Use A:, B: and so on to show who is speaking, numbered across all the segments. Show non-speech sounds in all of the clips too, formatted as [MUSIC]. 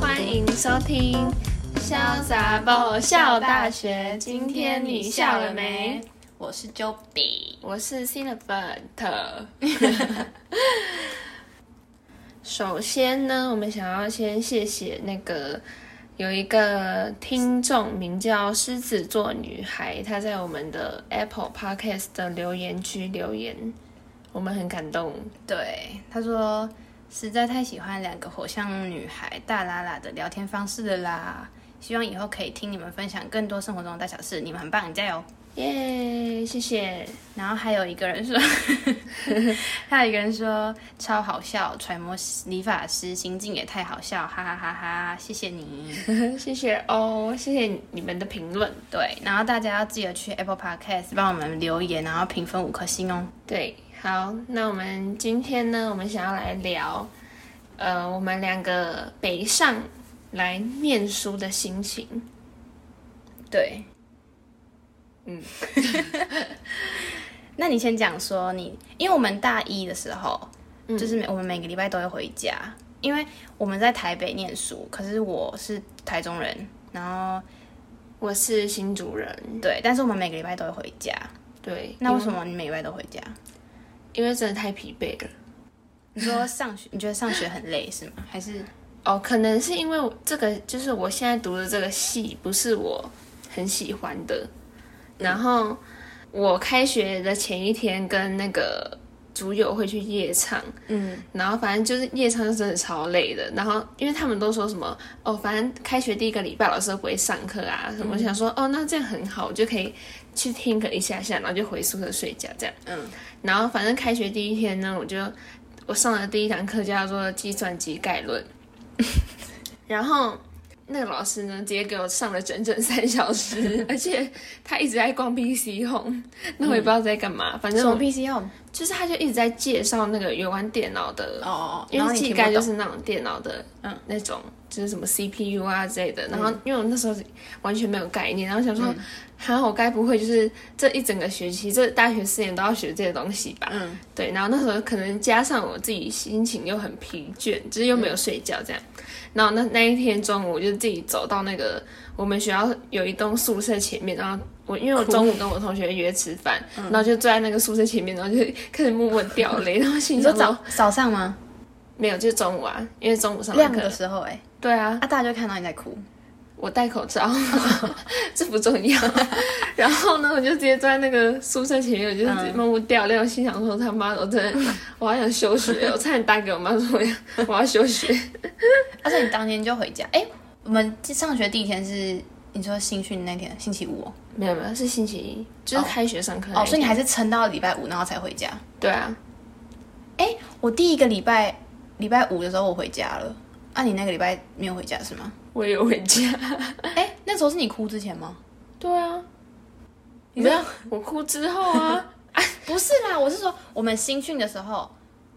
A: 欢迎收听《潇洒爆笑大学》，今天你笑了没？？
B: 我是 Joey。
A: 我是 Cinefant。首先呢，我们想要先谢谢那个有一个听众名叫狮子座女孩，她在我们的 Apple Podcast 的留言区留言，我们很感动。
B: 对，他说实在太喜欢两个火象女孩大啦啦的聊天方式了啦，希望以后可以听你们分享更多生活中的大小事，你们很棒，加油！
A: 耶、谢谢。
B: 然后还有一个人 [LAUGHS] 说，还有一个人说超好笑，揣摩理发师心境也太好笑，哈哈哈哈！谢谢你。
A: 谢谢哦，谢谢你们的评论。
B: 对，然后大家要记得去 Apple Podcast 帮我们留言，然后评分五颗星哦。
A: 对，好，那我们今天呢，我们想要来聊，呃，我们两个北上来念书的心情。
B: 对，嗯， [LAUGHS] 那你先讲说你，因为我们大一的时候，就是每我们每个礼拜都会回家，因为我们在台北念书，可是我是台中人，然后
A: 我是新主人，
B: 对，但是我们每个礼拜都会回家。
A: 对，
B: 那为什么你每个礼拜都回家？
A: 因为真的太疲惫了。
B: 你说上学，你觉得上学很累是吗？还是
A: 哦，可能是因为我这个就是我现在读的这个系不是我很喜欢的，然后我开学的前一天跟那个组友会去夜唱，
B: 嗯，
A: 然后反正就是夜唱是真的超累的，然后因为他们都说什么哦，反正开学第一个礼拜老师都不会上课啊什么，
B: 嗯
A: 我想说哦那这样很好，我就可以去听个一下下，然后就回宿舍睡觉这样。
B: 嗯，
A: 然后反正开学第一天呢，我就我上的第一堂课叫做计算机概
B: [LAUGHS]
A: 论，然后那个老师呢直接给我上了整整三小
B: [LAUGHS]
A: 时，而且他一直在逛 PC 红，那我也不知道在干嘛，反
B: 什
A: 正
B: 么
A: 我
B: PC 用？
A: 就是他就一直在介绍那个有关电脑的
B: 哦哦，
A: 因
B: 然后
A: 为
B: 你
A: 技
B: 听
A: 概
B: 不
A: 就
B: 懂。
A: 是那种电脑的，
B: 嗯
A: 嗯，那种就是什么 CPU 啊之类的。然后因为我那时候完全没有概念，然后想说，
B: 嗯
A: 哈、我该不会就是这一整个学期，这大学四年都要学这些东西吧？
B: 嗯，
A: 对。然后那时候可能加上我自己心情又很疲倦，就是又没
B: 嗯
A: 有睡觉这样。然后那那一天中午，我就自己走到那个我们学校有一栋宿舍前面，然后。我因为我中午跟我同学约吃饭，
B: 嗯
A: 然后就坐在那个宿舍前面，然后就开始默默掉泪，然后心里
B: 你说
A: 想说
B: 早早上吗？
A: 没有，就是中午啊，因为中午上
B: 亮
A: 完
B: 的
A: 课。
B: 时候哎、
A: 对啊，
B: 啊，大家就看到你在哭，
A: 我戴口罩， [LAUGHS] 这不重
B: [LAUGHS]
A: 要。然后呢，我就直接坐在那个宿舍前面，我就直接
B: 嗯
A: 默默掉泪。我心想说：“他妈的，我真
B: [LAUGHS]
A: 的，我好想休学。”我差点打给我妈说我要：“我要休学。
B: 而且你当天就回家。哎、我们上学第一天是你说新训那天，星期五哦，”
A: 没有没有，是星期一，就是开学上课那一天
B: 哦，所以你还是撑到礼拜五，然后才回家。
A: 对啊，
B: 哎、我第一个礼拜礼拜五的时候我回家了，啊，你那个礼拜没有回家是吗？
A: 我也有回家。
B: 哎、那时候是你哭之前吗？
A: 对啊，
B: 你知道
A: 我哭之后啊，
B: 不是啦，我是说我们新训的时候，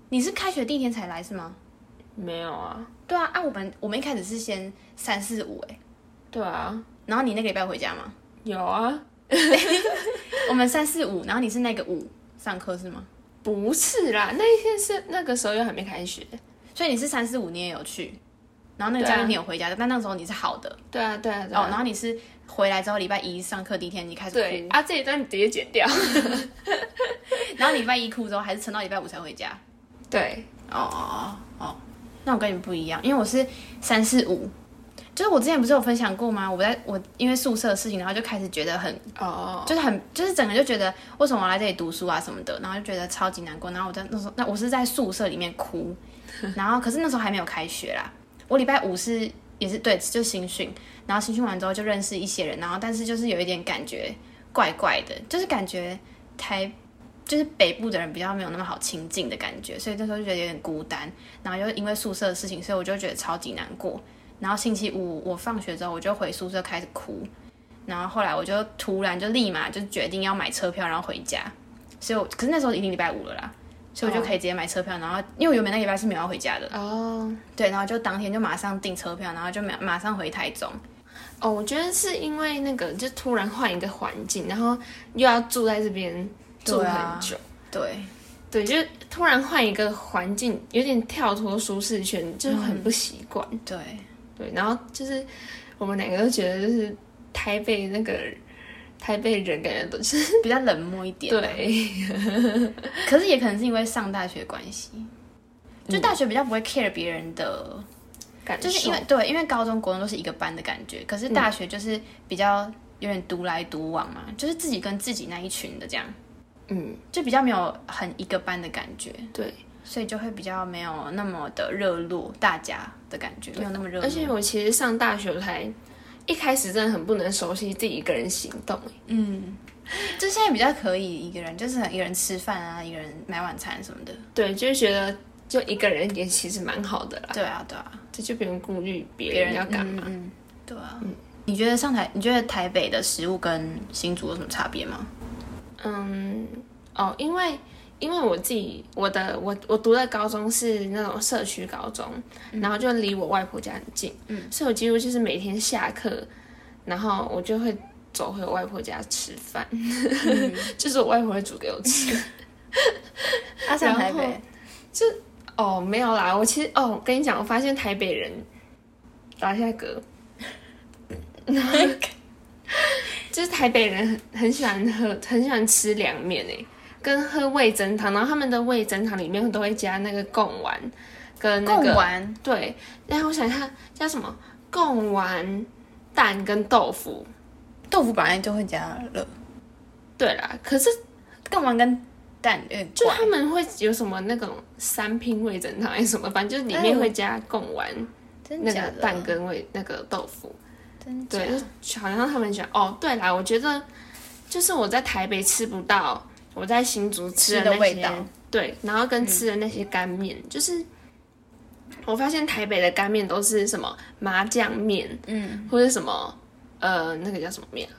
B: 你是开学第一天才来是吗？
A: [LAUGHS] 没有啊，
B: 对啊，啊，我们我们一开始是先三四五哎，
A: 对啊，
B: 然后你那个礼拜回家吗？
A: 有啊，
B: 我们三四五，然后你是那个五上课是吗？
A: 不是啦，那一天是那个时候又还没开学。
B: 所以你是三四五你也有去，然后那个教
A: 对
B: 练
A: 啊
B: 你有回家，但那个时候你是好的、
A: 对啊，对啊，对啊。
B: 哦，然后你是回来之后礼拜一上课第一天你开始
A: 对
B: 哭，
A: 啊，这一段直接剪掉。
B: 然后你礼拜一哭之后还是撑到礼拜五才回家。
A: [LAUGHS] 对，
B: 哦哦哦哦，那我跟你不一样，因为我是三四五，就是我之前不是有分享过吗？我在我因为宿舍的事情，然后就开始觉得很
A: 哦，
B: 就是很就是整个就觉得为什么我来这里读书啊什么的，然后就觉得超级难过。然后我在那时候，那我是在宿舍里面哭， [LAUGHS] 然后可是那时候还没有开学啦。我礼拜五是也是对，就新训，然后新训完之后就认识一些人，然后但是就是有一点感觉怪怪的，就是感觉台就是北部的人比较没有那么好亲近的感觉，所以那时候就觉得有点孤单。然后又因为宿舍的事情，所以我就觉得超级难过。然后星期五我放学之后，我就回宿舍开始哭。然后后来我就突然就立马就决定要买车票，然后回家。所以我可是那时候已经礼拜五了啦，所以我就可以直接买车票。然后因为我原本那个礼拜是没有要回家的，
A: 哦
B: 对，然后就当天就马上订车票，然后就马马上回台中。
A: 哦，我觉得是因为那个就突然换一个环境，然后又要住在这边住
B: 对啊
A: 很久，
B: 对，
A: 对，就是突然换一个环境，有点跳脱舒适圈，就是很不习惯。
B: 对，
A: 对，然后就是我们两个都觉得，就是台北那个台北人感觉都是
B: 比较冷漠一点。
A: 对，
B: 可是也可能是因为上大学的关系，就大学比较不会 care 别人的，
A: 感
B: 就是因
A: 受嗯
B: 为对，因为高中、国中都是一个班的感觉，可是大学就是比较有点独来独往嘛，就是自己跟自己那一群的这样，
A: 嗯，
B: 就比较没有很一个班的感觉，
A: 对，
B: 所以就会比较没有那么的热络大家的感觉，没有那么热
A: 而
B: 络。
A: 且我其实上大学才一开始真的很不能熟悉自己一个人行动，欸
B: 就现在比较可以一个人，就是一个人吃饭啊，一个人买晚餐什么的。
A: 对，就是觉得就一个人也其实蛮好的啦，
B: 对啊，对啊，
A: 这就不用顾虑别
B: 别
A: 人
B: 人
A: 要干嘛。
B: 嗯，嗯对啊。你觉得上台？你觉得台北的食物跟新竹有什么差别吗？
A: 嗯，哦，因为因为我自己我的我我读的高中是那种社区高中，然后就离我外婆家很近，嗯，所以我几乎就是每天下课，然后我就会走回我外婆家吃饭，嗯 [LAUGHS] 就是我外婆会煮给我吃。
B: 啊，
A: 上台北，哦，没有啦，我其实哦，我跟你讲，我发现台北人打一下嗝，
B: [LAUGHS]
A: [LAUGHS] 就是台北人很很喜欢喝，很喜欢吃凉面诶，跟喝味增汤，然后他们的味增汤里面都会加那个贡丸跟那
B: 贡
A: 个
B: 丸
A: 对，然后我想一下加什么贡丸蛋跟豆腐，
B: 豆腐本来就会加了，
A: 对啦，可是
B: 贡丸跟蛋呃有点
A: 就
B: 怪
A: 他们会有什么那种三拼味增汤还是什么，反正就是里
B: 哎
A: 面
B: 我
A: 会加贡丸。
B: 真
A: 那
B: 的
A: 个
B: 假
A: 蛋
B: 的？
A: 跟味那个豆腐，
B: 真假
A: 对，就好像他们讲哦，对啦，我觉得就是我在台北吃不到，我在新竹吃
B: 吃
A: 那
B: 的
A: 些
B: 味道，嗯
A: 对，然后跟吃的那些干面，就是我发现台北的干面都是什么麻酱面，嗯，或者什么呃那个叫什么面啊，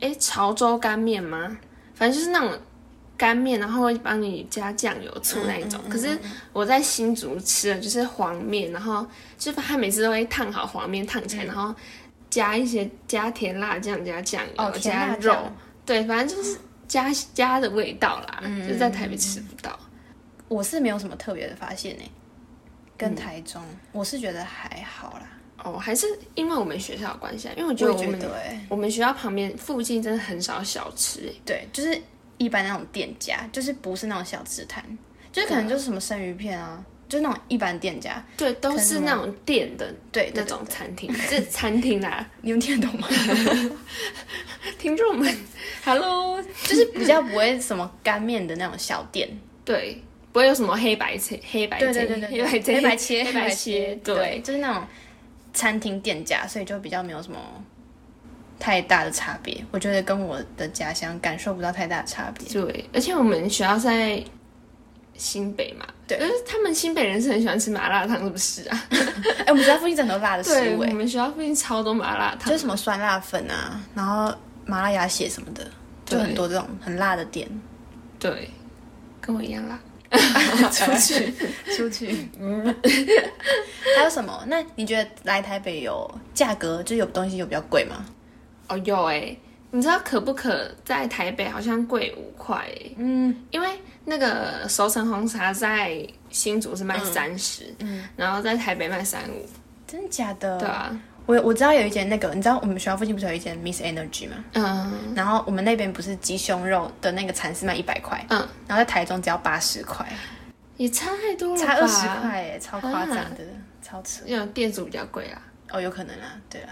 A: 哎潮州干面吗？反正就是那种干面，然后会帮你加酱油、醋
B: 嗯
A: 那一种。可是我在新竹吃的就是黄面，然后就是他每次都会烫好黄面烫
B: 嗯
A: 起来，然后加一些加甜辣酱、加酱油、
B: 哦，甜
A: 加
B: 辣
A: 肉，
B: 酱。
A: 对，反正就是家家的味道啦，
B: 嗯
A: 就是在台北吃不到。
B: 我是没有什么特别的发现呢、欸跟
A: 嗯
B: 台中、我是觉得还好啦。
A: 哦，还是因为我们学校的关系啊，因为我觉
B: 我
A: 得我
B: 也觉
A: 们
B: 得欸
A: 我们学校旁边附近真的很少小吃欸、
B: 对，就是一般那种店家，就是不是那种小吃摊，就是可能就是什么生鱼片啊，就是那种一般店家。
A: 对，都是那种店的
B: 对，
A: 那
B: 对
A: 种餐厅，这餐厅啦，
B: 你们听得懂吗？
A: [LAUGHS] 听众
B: [LAUGHS]
A: 们，Hello，
B: 就是比较不 [LAUGHS] 会什么干面的那种小店。
A: 对，不会有什么黑白切、黑白切、
B: 对对对对，对
A: 黑白切、
B: 黑白切，
A: 黑白切，
B: 对，
A: 对
B: 就是那种餐厅店家，所以就比较没有什么。太大的差别，我觉得跟我的家乡感受不到太大的差别。
A: 对，而且我们学校在新北嘛，
B: 对
A: 呃，他们新北人是很喜欢吃麻辣烫，是不是啊？
B: 哎、我们家附近真的有 [LAUGHS] 辣的食
A: 对，
B: 物、
A: 我
B: 哎，
A: 们学校附近超多麻辣
B: 就
A: 烫
B: 是，什么酸辣粉啊，然后麻辣鸭血什么的，就
A: 对
B: 很多这种很辣的店。
A: 对，跟我一样辣。
B: [LAUGHS] 出去，出去。嗯， [LAUGHS] 还有什么？那你觉得来台北有价格，就是有东西有比较贵吗？
A: 哦，有哎、你知道可不可在台北好像贵五块哎，
B: 嗯，
A: 因为那个熟成红茶在新竹是卖三十、嗯，然后在台北卖三五，
B: 真的假的？
A: 对啊，
B: 我我知道有一间那个，你知道我们学校附近不是有一间 Miss Energy 吗？
A: 嗯，
B: 然后我们那边不是鸡胸肉的那个蚕丝卖一百块，
A: 嗯，
B: 然后在台中只要八十块，
A: 也差太多了吧，
B: 差二十，块耶，超夸张的，超扯。
A: 因为店主比较贵啦，
B: 哦，有可能啊，对啊。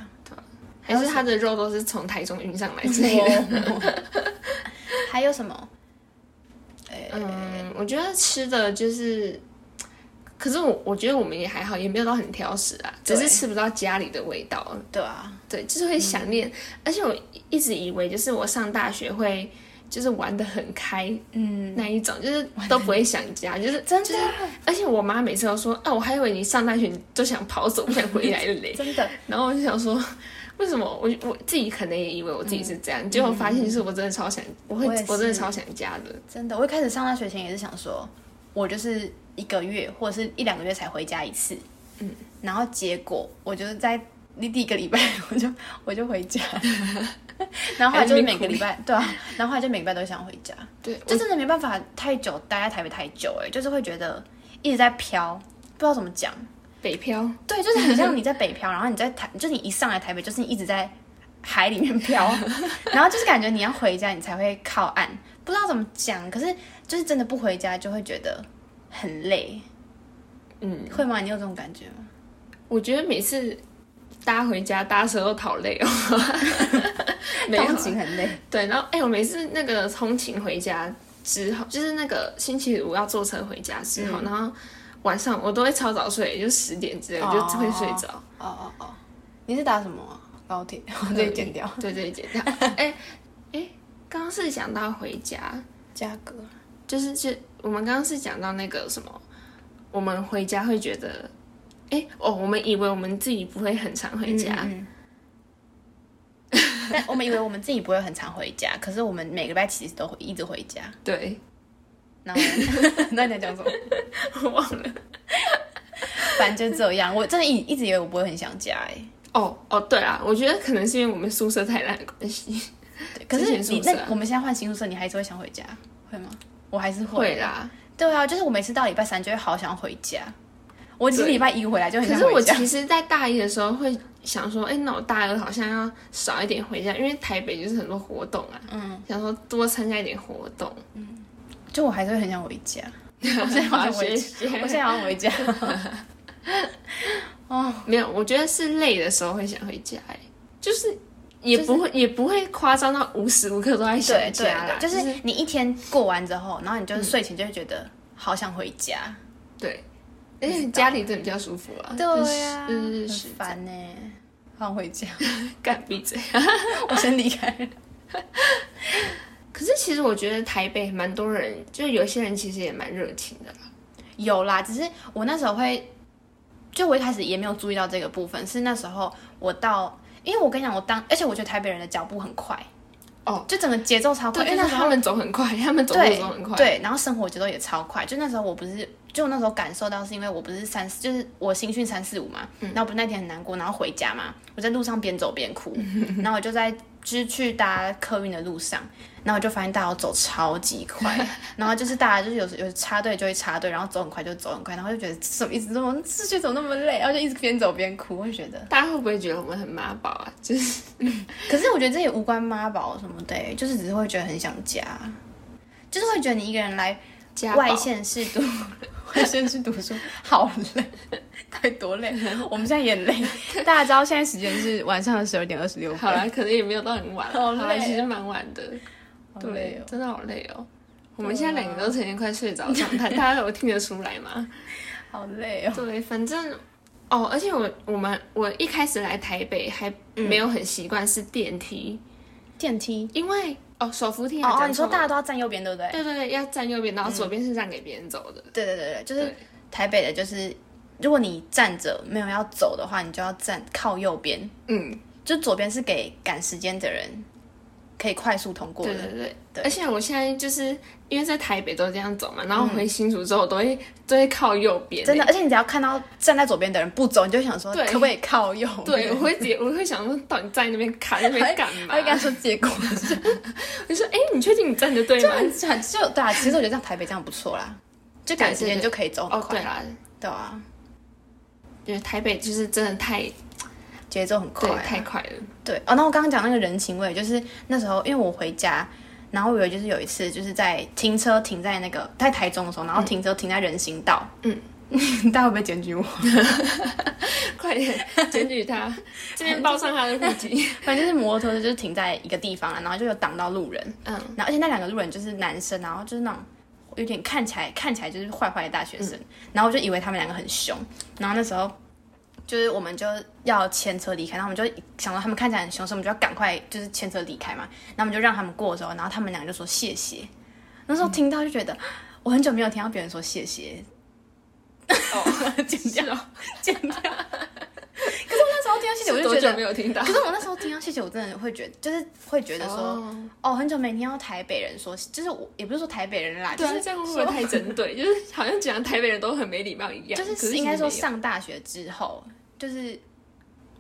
A: 还是他的肉都是从台中运上来之类的。
B: 哦 [LAUGHS] 还有什么？
A: 嗯，我觉得吃的就是，可是我我觉得我们也还好，也没有到很挑食啊，只
B: 对
A: 是吃不到家里的味道而已
B: 对啊，
A: 对，就是会想念，
B: 嗯
A: 而且我一直以为就是我上大学会就是玩的很开
B: 嗯，
A: 那一种，就是都不会想家，就是
B: 真的
A: 就是，而且我妈每次都说，啊，我还以为你上大学你就想跑走，不想回来了嘞。
B: 真的，
A: 然后我就想说，为什么我我自己可能也以为我自己是这样，结果发现就是我真的超想，我会
B: 嗯我也
A: 我真的
B: 是
A: 超想家的。
B: 真的，我一开始上大学前也是想说，我就是一个月或者是一两个月才回家一次， [LAUGHS]
A: [LAUGHS]
B: 嗯，然后结果我就是在第一个礼拜我就我就回家，然后后来就
A: 还在
B: 是
A: 那边
B: 每个礼拜，对啊，然后后来就每个礼拜都想回家，
A: 对，
B: 就真的没办法太久待在台北太久、哎，就是会觉得一直在飘，不知道怎么讲。
A: 北漂，
B: 对，就是很像你在北漂，然后你在台，就你一上来台北，就是你一直在海里面漂，然后就是感觉你要回家，你才会靠岸，不知道怎么讲，可是就是真的不回家，就会觉得很累，
A: 嗯，
B: 会吗？你有这种感觉吗？
A: 我觉得每次搭回家搭车都好
B: [LAUGHS]
A: 累哦，没有啊
B: 通勤很累，
A: 对，然后哎、我每次那个通勤回家之后，就是那个星期五要坐车回家之
B: 嗯
A: 后，然后晚上我都会超早睡，就十点之类，我就
B: 哦
A: 会睡着。
B: 哦哦哦，你是打什么啊、高铁？我自己剪掉
A: 对对，
B: [LAUGHS]
A: 剪掉。哎哎，刚刚是讲到回家，
B: 价格，
A: 就是就我们刚刚是讲到那个什么，我们回家会觉得，哎哦，我们以为我们自己不会很常回家，
B: 嗯嗯嗯但我们以为我们自己不会很常回家，可是我们每个礼拜其实都会一直回家。
A: 对，
B: 然后
A: [LAUGHS]
B: 那你在讲什么？
A: 我 [LAUGHS] 忘了。
B: 反正就这样，我真的一一直以为我不会很想家哎、
A: 哦哦，对啊，我觉得可能是因为我们宿舍太烂的关系。
B: 对，可
A: 之
B: 是
A: 前
B: 你
A: 宿舍啊
B: 那我们现在换新宿舍，你还是会想回家，会吗？我还是会。
A: 会啦，
B: 对啊，就是我每次到礼拜三就会好想回家。我其实
A: 对
B: 礼拜一回来就很
A: 可
B: 想
A: 是我
B: 回家。
A: 其实，在大一的时候会想说，哎、那我大二好像要少一点回家，因为台北就是很多活动啊，嗯，想说多参加一点活动，
B: 就我还是会很想回家。我现在好
A: [LAUGHS]
B: 想回家，
A: 谢谢
B: 我现在好想回
A: [LAUGHS]
B: 家。哦
A: 没有，我觉得是累的时候会想回家、哎，就是也不会、也不会夸张到无时无刻都在想
B: 对对
A: 家啦
B: 对，，就是你一天过完之后，然后你
A: 嗯
B: 就是睡前就会觉得好想回家。
A: 对，而且家里真的比较舒服啊，嗯
B: 呀，
A: 就是就是
B: 很
A: 是
B: 烦呢、好想回家， [LAUGHS]
A: 干闭嘴。
B: 我先离开。
A: 可是其实我觉得台北蛮多人，就有些人其实也蛮热情的啦，
B: 有啦，只是我那时候会，就我一开始也没有注意到这个部分，是那时候我到，因为我跟你讲，我当，而且我觉得台北人的脚步很快，
A: 哦，
B: 就整个节奏超快，
A: 对，因
B: 因
A: 为
B: 为那时
A: 他
B: 候
A: 们走很 [LAUGHS] 快，他们走路
B: 对
A: 走很快，
B: 对，然后生活节奏也超快，就那时候我不是。就我那时候感受到，是因为我不是三，就是我新训三四五嘛，
A: 嗯
B: 然后我不是那天很难过，然后回家嘛，我在路上边走
A: [LAUGHS]
B: 边哭，然后我就在就是去搭客运的路上，然后我就发现大家都走超级
A: [LAUGHS]
B: 快，然后就是大家就是有时有时插队就会插队，然后走很快就走很快，然后就觉得怎么一直这么秩序怎么那么累，然后就一直边走边哭，会觉得
A: 大家会不会觉得我们很妈宝啊？就是
B: 可是我觉得这也无关妈宝什么的、欸就是只是会觉得很想家，就是会觉得你一个人来
A: 家
B: 外
A: 暴
B: 县市读， [LAUGHS] 外县市读书 [LAUGHS] 好累，太多累。我们现在也很累，大家知道现在时间是晚上的十二点二十六
A: 好啦，可能也没有到很晚，啊
B: 好累
A: 啦其实蛮晚的，
B: 对，
A: 对，真哦的好累哦。我们现在两个都呈现快睡着的状 [LAUGHS] 态，大家有听得出来吗？
B: 好累哦。
A: 对，反正哦，而且我我们我一开始来台北还没有很习惯是电梯，
B: 电梯
A: 因为哦手扶梯
B: 哦
A: 啊
B: 哦，
A: 讲
B: 你说
A: 错
B: 大
A: 了
B: 嗯家都要站右边，对不对？
A: 对对对，要站右边，然后左边是让给别人走的。
B: 对对对对，就是
A: 对
B: 台北的，就是如果你站着没有要走的话，你就要站靠右边，
A: 嗯，
B: 就左边是给赶时间的人可以快速通过的
A: 对。对对。
B: 对
A: 而且我现在就是因为在台北都这样走嘛，然后回新竹之后，我都会都会靠右边，
B: 嗯真的，而且你只要看到站在左边的人不走，你就想说
A: 对
B: 可不可以靠右边？
A: 对，我会
B: [LAUGHS]
A: 直接我会想说，到底在那边卡那边干嘛
B: 他？会跟他说结果，
A: 你说，哎、你确定你站的对
B: 就
A: 吗？
B: 很很就对啊。其实我觉得这样台北这样不错啦，就赶时间就可以走很
A: 哦，
B: 快，
A: 对啦，
B: 对啊，
A: 对，台北就是真的太
B: 节奏很快
A: 对
B: 啊、
A: 太
B: [LAUGHS]
A: 快了，
B: 对哦。那我刚刚讲那个人情味，就是那时候因为我回家，然后我有就是有一次就是在停车停在那个在台中的时候，然后
A: 嗯
B: 停车停在人行道，嗯， [LAUGHS] 大家会不会检举我？
A: 快点检举他， [LAUGHS] 这边报上他的户
B: [LAUGHS]
A: 籍。
B: 反正就是摩托车就是停在一个地方啊，然后就有挡到路人，
A: 嗯，
B: 然后而且那两个路人就是男生，然后就是那种有点看起来看起来就是坏坏的大学生，
A: 嗯
B: 然后我就以为他们两个很凶，然后那时候就是我们就要牵车离开，然后我们就想到他们看起来很凶，所以我们就要赶快就是牵车离开嘛，然后我们就让他们过的时候，然后他们两个就说谢谢，那时候听到就觉得、我很久没有听到别人说谢谢，
A: 哦，
B: [LAUGHS] 剪
A: 是
B: 掉
A: 哦，
B: 剪掉， [LAUGHS] 可是我那时候听到谢谢我
A: 是
B: 就
A: 多
B: 觉
A: 久
B: 得
A: 没。有听到
B: [LAUGHS] 可？是我那时候听到谢谢，我真的会觉得，就是会觉得说，
A: 哦
B: 哦，很久没听到台北人说，就是我也不是说台北人啦，就
A: 对啊，
B: 是
A: 这样会不会太针
B: [LAUGHS]
A: 对？就是好像讲台北人都很没礼貌一样。
B: 就
A: 可
B: 是
A: 是
B: 应该说
A: 其实没有
B: 上大学之后，就是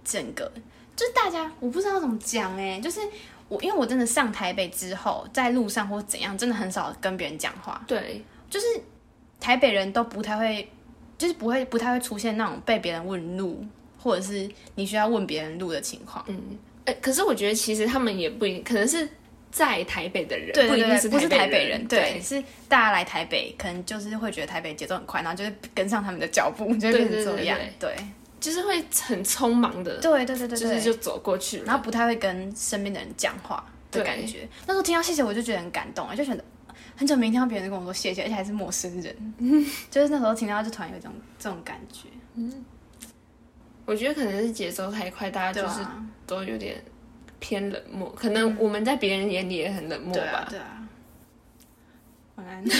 B: 整个就是大家我不知道怎么讲哎、就是我因为我真的上台北之后，在路上或怎样，真的很少跟别人讲话。
A: 对，
B: 就是台北人都不太会，就是不会不太会出现那种被别人问路，或者是你需要问别人路的情况。
A: 呃，可是我觉得其实他们也不一定，可能是在台北的人，
B: 对
A: 不一
B: 对
A: 定
B: 对，不是
A: 台
B: 台
A: 北
B: 北人，对，
A: 对
B: 是大家来台北，可能就是会觉得台北节奏很快，然后就是跟上他们的脚步，就会变成这样。对
A: 就是会很匆忙的，
B: 对对对对，
A: 就是就走过去了。
B: 然后不太会跟身边的人讲话的
A: 对
B: 感觉。那时候听到谢谢，我就觉得很感动，就觉得很久没听到别人跟我说谢谢，而且还是陌生人， [LAUGHS] 就是那时候听到就突然有一种这种感觉，
A: 我觉得可能是节奏太快，大家
B: 对
A: 就
B: 啊
A: 是都有点偏冷漠，可能我们在别人眼里也很冷漠
B: 对啊
A: 吧。
B: 对啊。晚安。 [LAUGHS]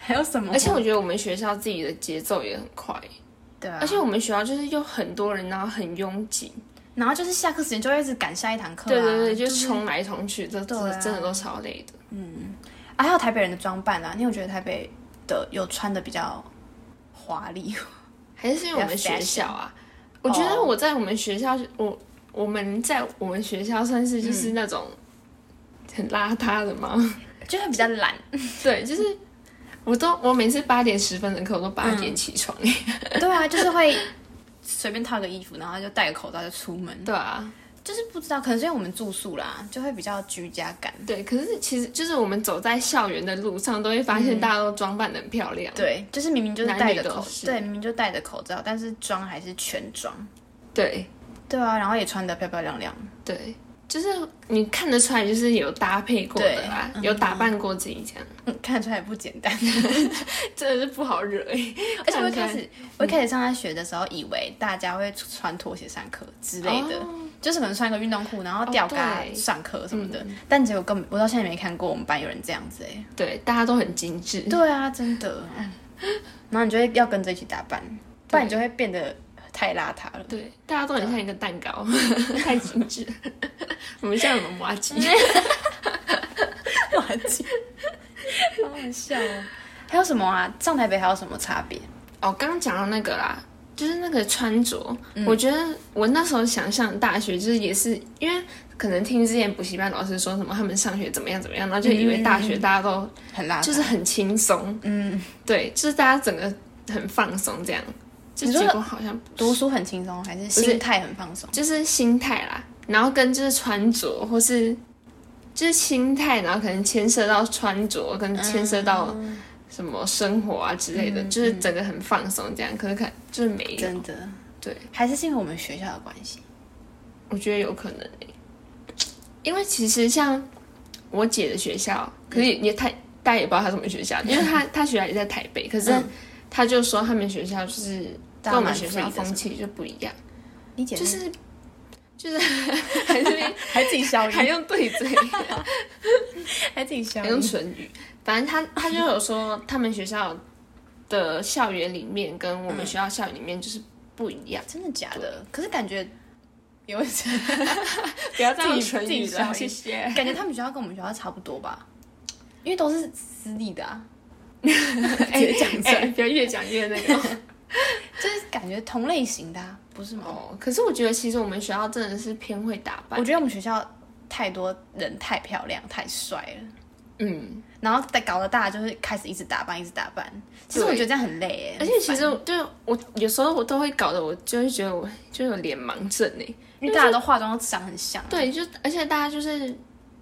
B: 还有什么？
A: 而且我觉得我们学校自己的节奏也很快，
B: 对啊，
A: 而且我们学校就是有很多人，然后很拥挤，
B: 然后就是下课时间就会一直赶下一堂课、啊，
A: 对对对，就是是冲来冲去，这真
B: 对啊
A: 的真的都超累的。
B: 啊，还有台北人的装扮啊，你有觉得台北的有穿的比较华丽？
A: 还是因为我们
B: 比较
A: 学
B: fashion
A: 校啊，我觉得我在我们学校，我我们在我们学校算是就是那种很邋遢的嘛。
B: [LAUGHS] 就是比较懒，
A: [LAUGHS] 对，就是我都我每次八点十分的课，我都八点起床、
B: [LAUGHS] 对啊，就是会随便套个衣服，然后就戴个口罩就出门，
A: 对啊，
B: 就是不知道，可能是因为我们住宿啦，就会比较居家感。
A: 对。可是其实就是我们走在校园的路上，都会发现大家都装扮的很漂亮。
B: 对，就是明明就是
A: 男
B: 戴
A: 女
B: 着
A: 都
B: 口，
A: 是
B: 对，明明就戴着口罩，但是妆还是全妆。
A: 对
B: 对啊，然后也穿的漂漂亮亮。
A: 对，就是你看得出来，就是有搭配过的啦，
B: 对
A: 有打扮过自己这样，
B: 嗯，看得出来也不简单，
A: 真的是不好惹、欸。
B: 而且我一嗯开
A: 看得
B: 始，我一开始上大学的时候，以为大家会穿拖鞋上课之类的，就是可能穿个运动裤，然后吊嘎
A: 哦对
B: 上课什么的。但结果根本我到现在也没看过我们班有人这样子哎、
A: 对，大家都很精致。
B: 对啊，真的。嗯然后你就会要跟着一起打扮，不然你就会变得太邋遢了。
A: 对，啊大家都很像一个蛋 [LAUGHS] 糕，太精 [LAUGHS] 致。我们像我们麻吉，
B: 滑稽， [LAUGHS] 好好笑哦。还有什么啊？上台北还有什么差别？
A: [LAUGHS] 哦，刚刚讲到那个啦，就是那个穿着，我觉得我那时候想象大学就是也是因为可能听之前补习班老师说什么他们上学怎么样怎么样，然后就以为大学大家都
B: 很邋遢，
A: 就是很轻松，嗯，对，就是大家整个很放松这样，就
B: 你说
A: 结果好像不
B: 读书很轻松，还是心态很放松？
A: 就是心态啦，然后跟就是穿着或是就是心态，然后可能牵涉到穿着跟牵涉到
B: 啊
A: 什么生活啊之类的，就是整个很放松这样。可是看就是没有，
B: 嗯真的，
A: 对，
B: 还是是因为我们学校的关系。
A: 我觉得有可能、欸、因为其实像我姐的学校，可是
B: 嗯
A: 也也太大家也不知道她什么学校，因为她她学校也在台北，可是她就说他们学校就是
B: 嗯大
A: 跟
B: 家
A: 我们
B: 蛮
A: 学
B: free
A: 校
B: 的
A: 风气就不一样，
B: 你姐
A: 就
B: 就是
A: [LAUGHS] 就是还是
B: [LAUGHS] 还自己消
A: 还用对嘴。
B: 还自己消
A: 还用唇语。反正他他就有说，他们学校的校园里面跟我们学校校园里面就是不一样。
B: 真的假的？可是感觉有一些，
A: 不要再 [LAUGHS] 用
B: 自己
A: 唇
B: 自己
A: 语
B: 消音
A: 了，谢谢。
B: 感觉他们学校跟我们学校差不多吧，因为都是私立的啊。 [LAUGHS] 直接 [LAUGHS] 讲出
A: 哎、
B: 来，
A: 不要越讲越那个
B: 就是感觉同类型的、啊，不是吗？
A: 哦。可是我觉得，其实我们学校真的是偏会打扮
B: 我。觉得我们学校太多人太漂亮、太帅了，
A: 嗯，
B: 然后再搞得大家就是开始一直打扮、一直打扮。其实我
A: 对
B: 觉得这样很累哎，
A: 而且其实对我有时候我都会搞得我就会觉得我就有脸盲症哎。
B: 因为大家都化妆都长很像啊，
A: 对，就而且大家就是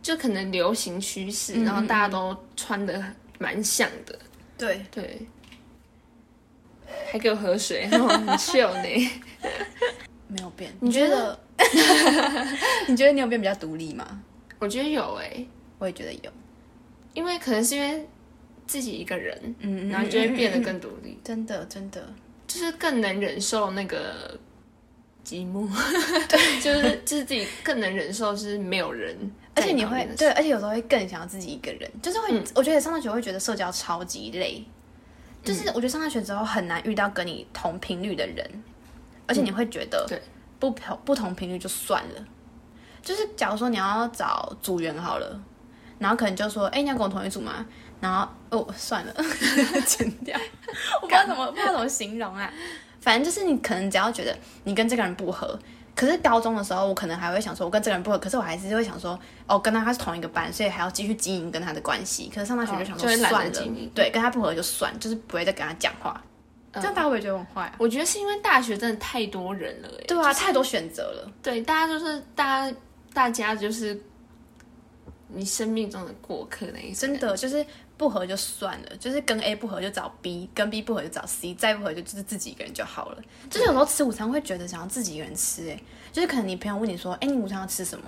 A: 就可能流行趋势，然后大家都穿的蛮像的。
B: 对，
A: 对，还给我喝水，
B: [LAUGHS] 哦
A: 很秀呢。
B: 没有变。
A: 你觉得？
B: 你觉得 [LAUGHS] 你有变比较独立吗？
A: [LAUGHS] 我觉得有哎、
B: 我也觉得有，
A: 因为可能是因为自己一个人，
B: 嗯
A: 然后就会变得更独立，
B: 真的真的，
A: 就是更能忍受那个寂
B: [LAUGHS]
A: 寞。对，就是就是自己更能忍受，就是没有人
B: 而
A: 在
B: 且你
A: 旁
B: 会
A: 边的时
B: 对，而且有时候会更想要自己一个人，就是
A: 嗯
B: 会，我觉得上大学会觉得社交超级累，就是
A: 嗯
B: 我觉得上大学之后很难遇到跟你同频率的人，而且你会觉得
A: 嗯对
B: 不同不同频率就算了，就是假如说你要找组员好了，然后可能就说，哎、你要跟我同一组吗？然后哦算 [LAUGHS] 了，剪掉，我不知道怎么不知道怎么形容啊，反正就是你可能只要觉得你跟这个人不合，可是高中的时候，我可能还会想说，哦我跟这个人不合，可是我还是会想说，哦，跟他他是同一个班，所以还要继续经营跟他的关系。可是上大学就想
A: 哦就
B: 说，
A: 会懒得
B: 算了
A: 经营，
B: 对，跟他不合就算，就是不会再跟他讲话。这样大家会不会觉得我很坏啊？
A: 嗯我觉得是因为大学真的太多人了、欸，
B: 对啊，太多选择了。
A: 对，大家就是大家，大家就是你生命中的过客那一种
B: 真。的就是不合就算了，就是跟 A 不合就找 B，跟 B 不合就找 C，再不合就就是自己一个人就好了。就是有时候吃午餐会觉得想要自己一个人吃、欸，就是可能你朋友问你说，哎、你午餐要吃什么？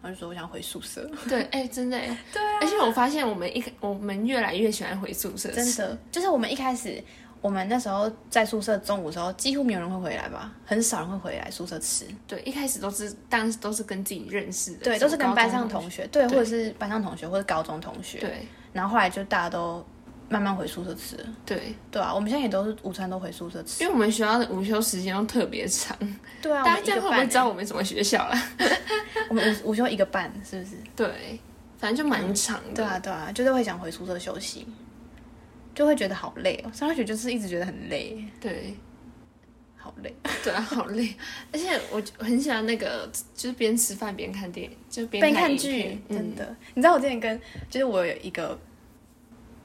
B: 然后就说我想回宿舍，
A: 对，哎、真的、哎对、
B: 啊
A: 而且我发现我们一开我们越来越喜欢回宿舍，
B: 真，的就是我们一开始。我们那时候在宿舍中午的时候，几乎没有人会回来吧，很少人会回来宿舍吃。
A: 对，一开始都是当时都是跟自己认识的，
B: 对，
A: 什
B: 都
A: 么
B: 是跟
A: 高
B: 班
A: 中
B: 上同学，对，或者是班上同学或者高中同学。
A: 对
B: 然后后来就大家都慢慢回宿舍吃了。
A: 对，
B: 对啊，我们现在也都是午餐都回宿舍吃。
A: 因为我们学校的午休时间都特别长，
B: 对啊，我
A: 大家
B: 们
A: 这
B: 一
A: 样
B: 个
A: 会不会
B: 班
A: 知道我们什么学校啦？
B: 我们午午休一个半，是不是？
A: 对，反正就蛮长的。
B: 对啊，对啊，就是会想回宿舍休息，就会觉得好累哦。上大学就是一直觉得很累，
A: 对
B: 好累。
A: 对啊，好累，而且我就很喜欢那个，就是边吃饭边看电影，就
B: 边
A: 看
B: 看
A: 影
B: 剧
A: 片，嗯
B: 真的。你知道我之前跟，就是我有一个，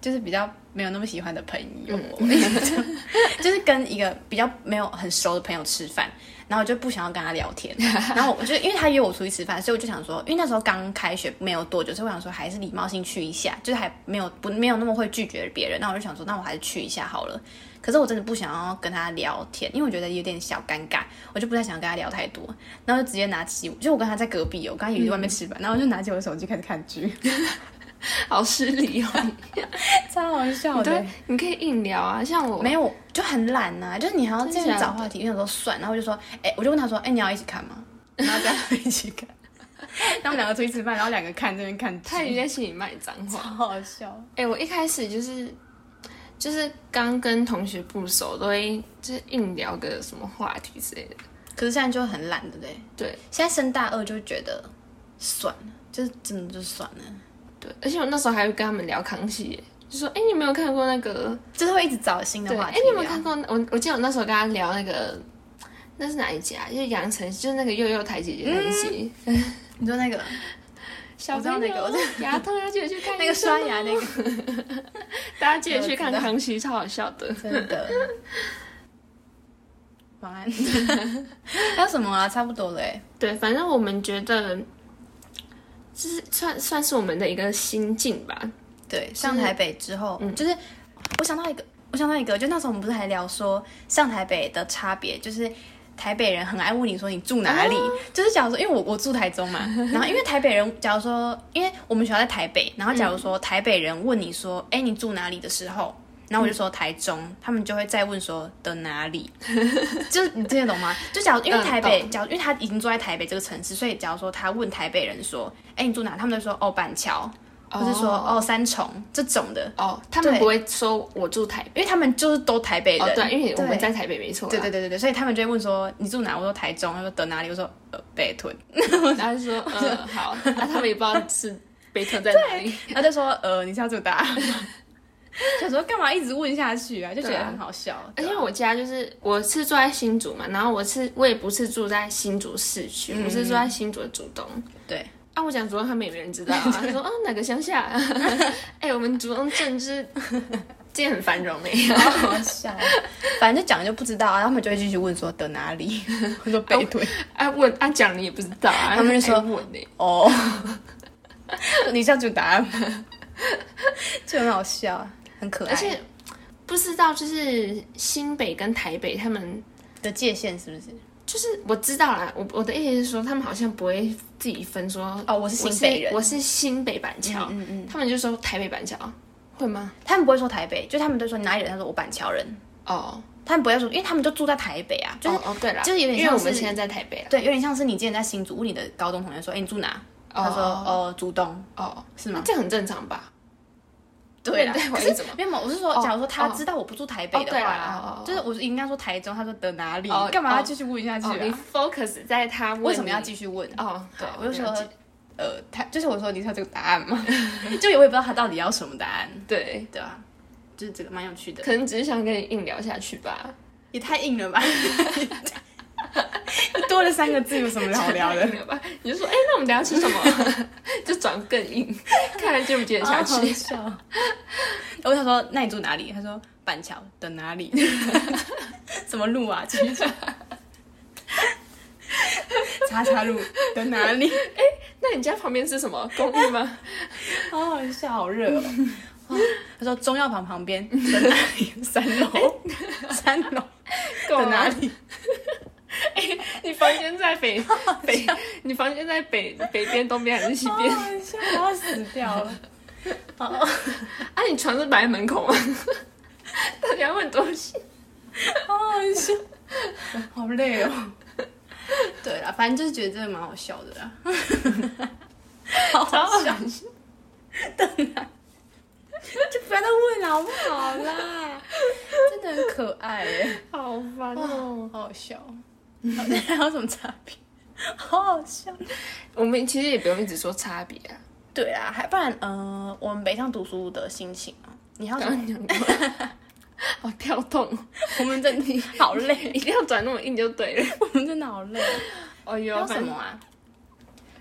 B: 就是比较没有那么喜欢的朋友，
A: 嗯
B: [LAUGHS] 就是跟一个比较没有很熟的朋友吃饭，然后我就不想要跟他聊
A: [LAUGHS]
B: 天，然后我就因为他约我出去吃饭，所以我就想说，因为那时候刚开学没有多久，所以我想说还是礼貌性去一下，就是还没有不没有那么会拒绝别人，那我就想说，那我还是去一下好了。可是我真的不想要跟他聊天，因为我觉得有点小尴尬，我就不太想跟他聊太多，然后就直接拿起，就我跟他在隔壁哦，我刚才以为外
A: 嗯
B: 面吃饭，然后我就拿起我的手机开始看
A: [LAUGHS]
B: 剧，
A: 好失
B: [LAUGHS]
A: 礼哦。
B: 超好 [LAUGHS] 笑
A: 对，你可以硬聊啊，像我
B: 没有，就很懒呐、就是你还要这
A: 真的
B: 样
A: 假的
B: 找话题，因为有时候算，然后我就说，哎、我就问他说，哎、你要一起看吗？然后大家一起看， [LAUGHS] 然后我们两个出去吃饭，然后两个看这边看剧，
A: 他也在心里骂你脏话。
B: 好好笑。
A: 哎、我一开始就是就是刚跟同学不熟，都会就是硬聊个什么话题之类的。
B: 可是现在就很懒，对不对？
A: 对
B: 现在升大二就觉得算了，就是真的就算了，
A: 对，而且我那时候还会跟他们聊康熙耶，就说哎、你有没有看过那个？
B: 就是会一直找新的
A: 对，
B: 话
A: 哎、
B: 题。啊
A: 你有没有看？过那？我我记得我那时候跟他聊那个。那是哪一集啊？就是杨丞，就是那个幼幼台姐姐那一集，
B: 你说那个
A: 小
B: 嗯我知道
A: 朋
B: 那个
A: 友
B: 我
A: 牙痛要记得去看医生哦。
B: [LAUGHS] 那个刷牙那个，
A: 大家记得去看
B: 我知道
A: 康熙，超好笑的。
B: 真的。晚安。 [LAUGHS] 还有什么啊？差不多了哎。
A: 对，反正我们觉得，就是算算是我们的一个心境吧。
B: 对，上台北之后，
A: 嗯
B: 就是我想到一个，我想到一个，就那时候我们不是还聊说上台北的差别，就是。台北人很爱问你说你住哪里，
A: 啊
B: 就是假如说，因为我我住台中嘛，
A: [LAUGHS]
B: 然后因为台北人，假如说，因为我们学校在台北，然后
A: 嗯
B: 假如说台北人问你说，哎、你住哪里的时候，然后我就
A: 嗯
B: 说台中，他们就会再问说的哪里，
A: [LAUGHS]
B: 就是你听得懂吗？就假如因为
A: 嗯
B: 台北，
A: 懂
B: 假如因为他已经住在台北这个城市，所以假如说他问台北人说，哎、你住哪？他们就说哦板桥，或是说哦三重这种的，
A: 哦，他们
B: 对
A: 不会说我住台北。
B: 因为他们就是都台北人，
A: 哦，对，因为我们
B: 对
A: 在台北没错。 [LAUGHS]
B: 对对。对对对，所以他们就会问说你住哪？我说台中，他说得哪里？我说呃北
A: [LAUGHS]
B: 屯，
A: 然后就说，
B: [LAUGHS]
A: 嗯，好，那、他们也不知道是北屯在哪里。
B: 他就说呃你是要住大 [LAUGHS] 安吗，想说干嘛一直问下去啊，就觉
A: 对
B: 得
A: 啊
B: 很好笑。
A: 而
B: 对
A: 且
B: 啊
A: 我家就是我是住在新竹嘛，然后我是我也不是住在新竹市区，我是住在新竹的竹东。
B: 嗯对，
A: 啊，我讲竹东，他们也没人知
B: [LAUGHS]
A: 道啊。他说，哦，哪个乡下、啊？哎、我们竹东政
B: [LAUGHS]
A: 治这很繁荣欸诶、
B: 好好笑，啊 [LAUGHS] 反正就讲就不知道啊，然后他们就会继续问说得哪里？ [LAUGHS] 我说北屯，
A: 啊问啊讲你也不知道啊，
B: 他们就说
A: 还问呢、
B: 哦， [LAUGHS] 你是要住大 [LAUGHS] 安吗？就很好笑，很可爱。
A: 而且不知道就是新北跟台北他们
B: 的界限是不是？
A: 就是我知道啦，我我的意思是说他们好像不会自己分说
B: 哦我是新北人
A: 嗯我是新北板桥，
B: 嗯嗯。
A: 他们就说台北板桥，会吗？
B: 他们不会说台北，就他们都说你哪里人，他说我板桥人，
A: 哦，
B: 他们不会说，因为他们就住在台北啊，就是、
A: 哦哦对啦，
B: 就是有点
A: 因为
B: 像
A: 我
B: 是
A: 们现在在台北啦，
B: 对，有点像是你之前在新竹问你的高中同学说，哎、你住哪？他说哦，竹东。
A: 哦
B: 是吗
A: 那这很正常吧？
B: 对啦，
A: 对我
B: 可
A: 也
B: 是
A: 怎么
B: 没有嘛，我是说，
A: 哦
B: 假如说他
A: 哦
B: 知道我不住台北的
A: 哦对
B: 话
A: 啦哦
B: 啊
A: 哦，哦
B: 就是我应该说台中，他说得哪里
A: 哦，
B: 干嘛
A: 哦
B: 要继续问下去
A: 哦，你
B: 啊？
A: focus 在他问
B: 为什么
A: 你
B: 要继续问？
A: 哦，
B: 对
A: 好，
B: 我就说
A: 了解，
B: 呃，他就是我说你说这个答案嘛， [LAUGHS] 就我也不知道他到底要什么答案，
A: 对，
B: 对啊，就是这个蛮有趣的，
A: 可能只是想跟你硬聊下去吧。
B: 也太硬了吧？ [LAUGHS] 多了三个字有什么好聊的？ [LAUGHS]
A: 没有吧？你就说，哎、那我们等一下吃什么？ [LAUGHS] 就转更硬，看来接不接得下
B: 好好
A: 去。 [LAUGHS]
B: 笑。我想说，那你住哪里？他说板桥的哪里？ [LAUGHS] 什么路啊？继续讲。 [LAUGHS] 叉叉路的哪里？
A: 那你家旁边是什么公寓吗？
B: 好好笑，好热哦。哇他说中药房旁边的哪里？ [LAUGHS] 三楼，三楼
A: 够
B: [LAUGHS] 的
A: 了
B: 哪？ [LAUGHS] 里？
A: [LAUGHS] 你房间在北 [LAUGHS] 北，你房间在北北边、东边还是西
B: 啊好
A: 边？
B: 好笑，我要死掉了。好
A: [LAUGHS] 啊，你床是摆在门口吗？ [LAUGHS] 大家问多 [LAUGHS] 细？
B: 好好笑，好累哦。 [LAUGHS] 对啦，反正就是觉得真的蛮好笑的 [LAUGHS] 啦，好
A: 超
B: 好笑，就不要再问了好不好啦？真的很可爱耶，
A: 好烦
B: 好
A: 哦！
B: 好笑。好还有什么差别？好好笑。
A: 我们其实也不用一直说差别啊，
B: 对啦，还不然呃，我们北上读书的心情啊，你还有
A: 刚
B: 什么？
A: 刚讲过， [LAUGHS] 好跳动哦，
B: [LAUGHS] 我们真的好累，
A: [LAUGHS] 一定要转那么硬就对了。
B: 我们真的好累。
A: 哦
B: 还 [LAUGHS] 有
A: 哟，
B: 什
A: 反
B: 么
A: 正
B: 啊？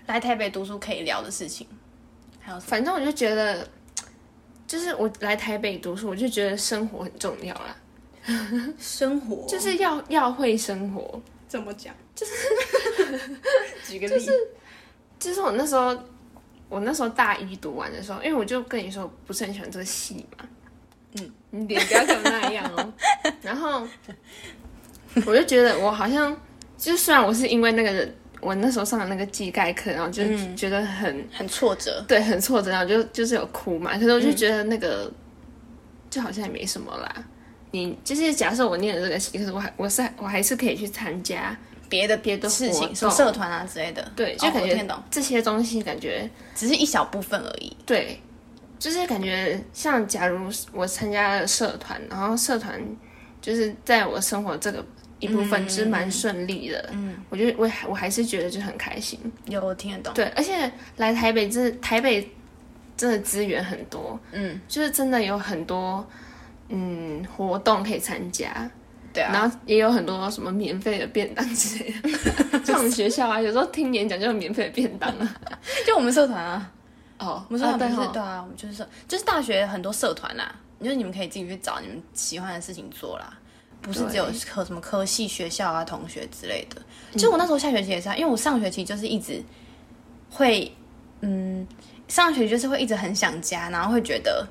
B: 来台北读书可以聊的事情，还有什么？
A: 反正我就觉得，就是我来台北读书，我就觉得生活很重要啦，
B: 生活
A: 就
B: 就是
A: 是要要会生活。
B: 怎么讲？就是 [LAUGHS] 举个例，
A: 就是我那时候，我那时候大一读完的时候，因为我就跟你说我不是很喜欢这个系嘛，嗯，你脸不要跟我那样哦。然后我就觉得我好像，就虽然我是因为那个我那时候上的那个技概课，然后就觉得很、
B: 很挫折。
A: 对很挫折，然后就就是有哭嘛，可是我就觉得那个、就好像也没什么啦。你就是假设我念了这个系，可是我还我是我还是可以去参加，
B: 别的
A: 别的
B: 事
A: 活
B: 情，
A: 动
B: 什么社团啊之类的，
A: 对，
B: 哦
A: 就感
B: 我
A: 觉
B: 听得懂，
A: 这些东西感觉
B: 只是一小部分而已。
A: 对，就是感觉像，假如我参加了社团，然后社团就是在我生活这个一部分，就是
B: 嗯
A: 蛮顺利的。嗯，我觉得我还我还是觉得就很开心。
B: 有我听得懂，
A: 对，而且来台北真的，台北真的资源很多，嗯，就是真的有很多嗯活动可以参加。
B: 对啊，
A: 然后也有很多什么免费的便当之类的， [LAUGHS] 这种学校啊，有时候听演讲就有免费的便当
B: [LAUGHS]
A: 啊。
B: 就我们社团啊，
A: 哦，
B: 我们社团不是、
A: 对
B: 对
A: 哦
B: 啊，我们就是社，就是大学很多社团啦，就是你们可以自己去找你们喜欢的事情做啦，不是只有科什么科系、学校啊、同学之类的。就我那时候下学期也是、啊，因为我上学期就是一直会，嗯，上学期就是会一直很想家，然后会觉得。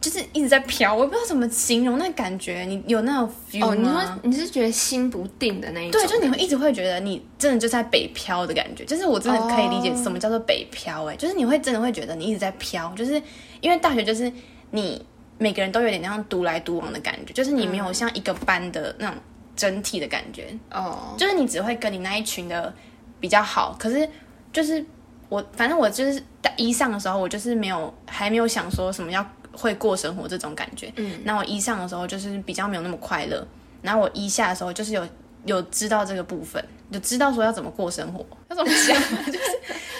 B: 就是一直在飘，我不知道怎么形容那感觉。你有那种
A: 哦，
B: feel 吗？
A: 你说你是觉得心不定的那一种？
B: 嗯啊对，就你会一直会觉得你真的就在北漂的感觉，就是我真的可以理解什么叫做北漂、哎、就是你会真的会觉得你一直在飘，就是因为大学就是你每个人都有点那样独来独往的感觉，就是你没
A: 嗯
B: 有像一个班的那种整体的感觉，
A: 哦，
B: 就是你只会跟你那一群的比较好，可是就是我，反正我就是大一上的时候，我就是没有还没有想说什么要会过生活这种感觉。嗯，那我一上的时候就是比较没有那么快乐，然后我一下的时候就是有有知道这个部分，就知道说要怎么过生活，要怎么讲，就是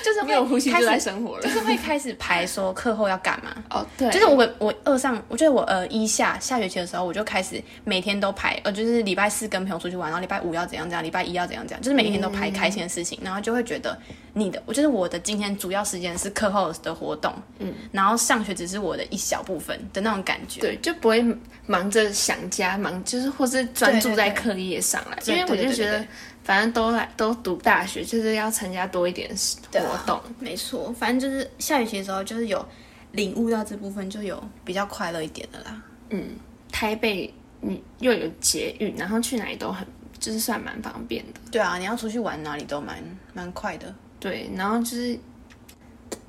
B: 就
A: [LAUGHS]
B: 是
A: 没有呼
B: 会
A: 吸
B: 开
A: 就在
B: 始
A: 生活了
B: 就。是会开始排说课后要干嘛，
A: 哦，对，
B: 就是我我二上，我觉得我呃一下下学期的时候，我就开始每天都排，呃，就是礼拜四跟朋友出去玩，然后礼拜五要怎样怎样，礼拜一要怎样怎样，就是每天都排开心的事情，然后就会觉得你的，我就是我的今天主要时间是课后的活动，嗯，然后上学只是我的一小部分的那种感觉，
A: 对，就不会忙着想家，忙就是或是专注在课业上来，
B: 对对对
A: 因为我就觉
B: 对对
A: 得
B: 对对，
A: 反正都来都读大学，就是要参加多一点
B: 啊
A: 活动。
B: 没错，反正就是下学期的时候，就是有领悟到这部分，就有比较快乐一点的啦。
A: 台北你又有捷运，然后去哪里都很，就是算蛮方便的。
B: 对啊，你要出去玩哪里都蛮蛮快的，
A: 对，然后就是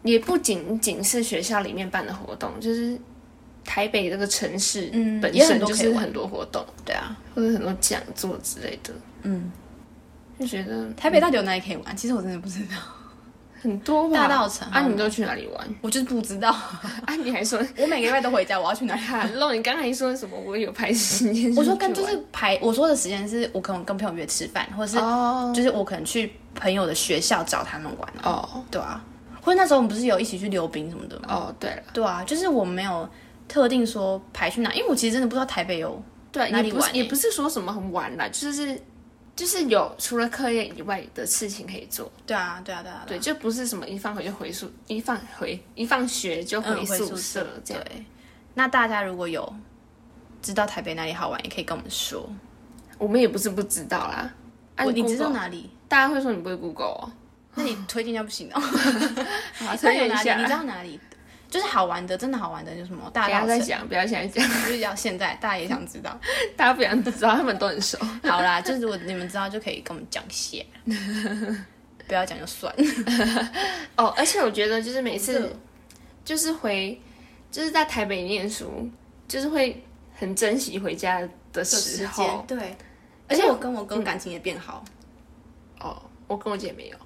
A: 也不仅仅是学校里面办的活动，就是台北这个城市
B: 嗯
A: 本
B: 也很
A: 身
B: 多
A: 就
B: 可以
A: 是
B: 玩
A: 很多活动，
B: 对啊，
A: 或者很多讲座之类的。
B: 嗯，
A: 就觉得
B: 台北到底有哪里可以玩？其实我真的不知道。
A: 很多吧，
B: 大稻埕
A: 啊，你都去哪里玩？ [LAUGHS]
B: 我就是不知道，
A: 啊，你还
B: [LAUGHS]
A: 说
B: 我每个礼拜都回家，我要去哪里？
A: 哈喽？你刚才说什么？我有排时间去玩，
B: 我说跟就是排，我说的时间是我可能跟朋友约吃饭，或者是
A: 哦
B: 就是我可能去朋友的学校找他们玩、啊。
A: 哦
B: 对啊，或者那时候我们不是有一起去溜冰什么的吗？
A: 哦，对了，
B: 对啊，就是我没有特定说排去哪，因为我其实真的不知道台北有
A: 对，
B: 哪里
A: 也不是
B: 玩欸
A: 也不是说什么很晚啦，就是就是有除了课业以外的事情可以做，
B: 对啊，对啊，对啊，
A: 对，就不是什么一放学就回宿，一放回一放学就
B: 嗯，
A: 嗯回宿舍这样。
B: 对，那大家如果有知道台北哪里好玩，也可以跟我们说。
A: 我们也不是不知道啦，啊，
B: 我你知
A: Google
B: 道？哪里？
A: 大家会说你不会 Google 哦，
B: 那你推荐一下
A: [LAUGHS]
B: 不行哦。
A: 好，
B: 那
A: 推荐
B: 有
A: 一
B: 哪里？
A: 下
B: 你。知道哪里？就是好玩的，真的好玩的，就是什么大
A: 不要
B: 稻
A: 再
B: 城，
A: 讲，不要现在讲， [LAUGHS]
B: [LAUGHS] 就是要现在大家也想知道。
A: 大家不想知道，他们都很熟。
B: [LAUGHS] 好啦，就是如果你们知道，就可以跟我们讲一 [LAUGHS] 下。不要讲就算。
A: [LAUGHS] 哦，而且我觉得就是每
B: 好
A: 次
B: 热
A: 就是回就是在台北念书，就是会很珍惜回家的时候。
B: 对，哎嗯
A: 而
B: 而
A: 且
B: 且我跟我哥感情也变好。
A: 哦，我跟我姐没有，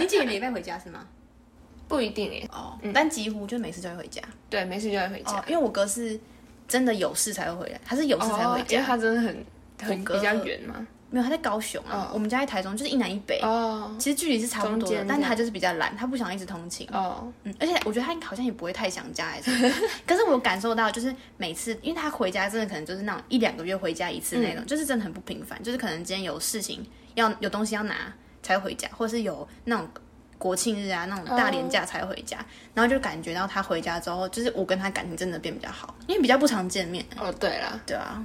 B: 你姐每礼拜回家是吗？
A: 不一定欸耶。
B: [LAUGHS] 哦，但几乎就每次就会回家。
A: 对，没事就会回家
B: 哦，。因为我哥是真的有事才会回来，他是有事才会回
A: 哦因为
B: 家。
A: 他真的很很
B: 我哥
A: 比较远嘛。
B: 没有，他在高雄啊，我们家在台中，就是一南一北。
A: 哦
B: 其实距离是差不
A: 中
B: 多
A: 间
B: 的，
A: 这样
B: 但他就是比较懒，他不想一直通勤。
A: 哦，
B: 嗯，而且我觉得他好像也不会太想家还是什么。 [LAUGHS] 可是我感受到，就是每次，因为他回家真的可能就是那种一两个月回家一次那种，就是真的很不频繁。就是可能今天有事情要有东西要拿才会回家，或是有那种国庆日啊那种大年假才会回家。然后就感觉到他回家之后，就是我跟他感情真的变比较好，因为比较不常见面。
A: 哦，对啦，
B: 对啊，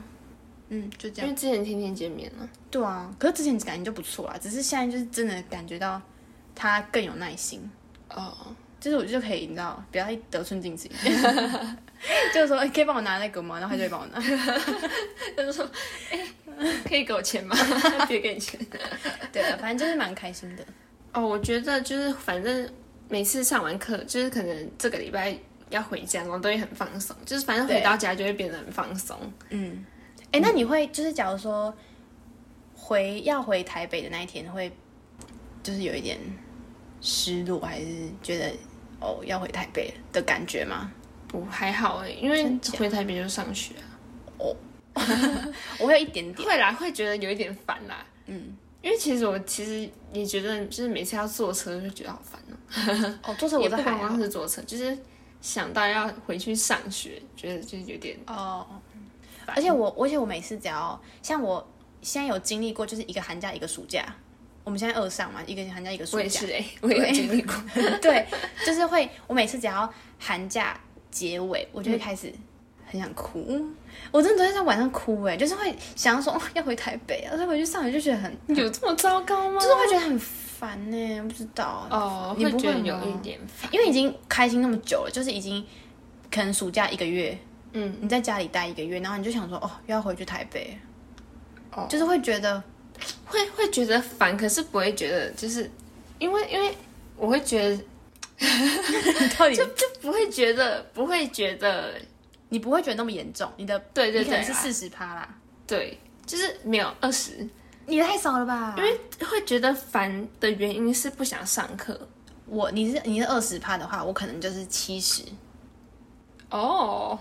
B: 嗯，就这
A: 因
B: 样。
A: 为之前天天见面了。
B: 对啊，可是之前感情就不错啦，啊只是现在就是真的感觉到他更有耐心。
A: 哦，
B: 就是我就可以，你知道，不要太得寸进尺， [LAUGHS] 就是说、欸可以帮我拿那个吗？然后他就会帮我拿。
A: [LAUGHS] 可以给我 [LAUGHS] 钱吗？别给你钱。
B: [LAUGHS] 对啊，反正就是蛮开心的。
A: 哦，我觉得就是反正每次上完课，就是可能这个礼拜要回家，然后都会很放松，就是反正回
B: 对
A: 到家就会变得很放松。
B: 嗯，哎、那你会就是假如说回要回台北的那一天，会就是有一点失落，还是觉得哦要回台北的感觉吗？
A: 不还好哎、因为
B: 真假
A: 回台北就上学啊、
B: 我会有一 [LAUGHS] 点点，
A: 会啦，会觉得有一点烦啦。嗯，因为其实我其实也觉得，就是每次要坐车就觉得好烦哦、
B: 哦，坐车我
A: 也
B: 是
A: 不
B: 还
A: 光
B: 好
A: 光是坐车，就是想到要回去上学，觉得就是有点
B: 哦，而且我，而且我每次只要像我现在有经历过，就是一个寒假一个暑假，我们现在二上嘛，一个寒假一个暑
A: 我也
B: 假
A: 是，哎、我也有经历过。
B: [LAUGHS] 对，就是会，我每次只要寒假结尾，我
A: 嗯
B: 就会开始很想哭，我真的都会在晚上哭哎，就是会想要说、哦、要回台北啊，要回去上学，就觉得很，
A: 有这么糟糕吗
B: 就是会觉得很烦呢，不知道
A: 哦，
B: 你
A: 会
B: 不
A: 觉得
B: 会
A: 有
B: 吗
A: 一点烦。
B: 因为已经开心那么久了，就是已经可能暑假一个月，
A: 嗯，
B: 你在家里待一个月，然后你就想说，哦，又要回去台北，
A: 哦
B: 就是会觉
A: [LAUGHS]
B: 得，
A: 会会觉得烦，可是不会觉得就是因为因为我会觉得
B: 到底
A: 就就不会觉得不会觉得
B: 你不会觉得那么严重，你的
A: 对对
B: 你可能
A: 对啊
B: 是
A: 啦
B: 四十趴啦，
A: 对，就是没有二十，啊
B: 你也太少了吧？因
A: 因为会觉得烦的原因是不想上课
B: 我你是你是二十趴的话，我可能就是七十，
A: 哦，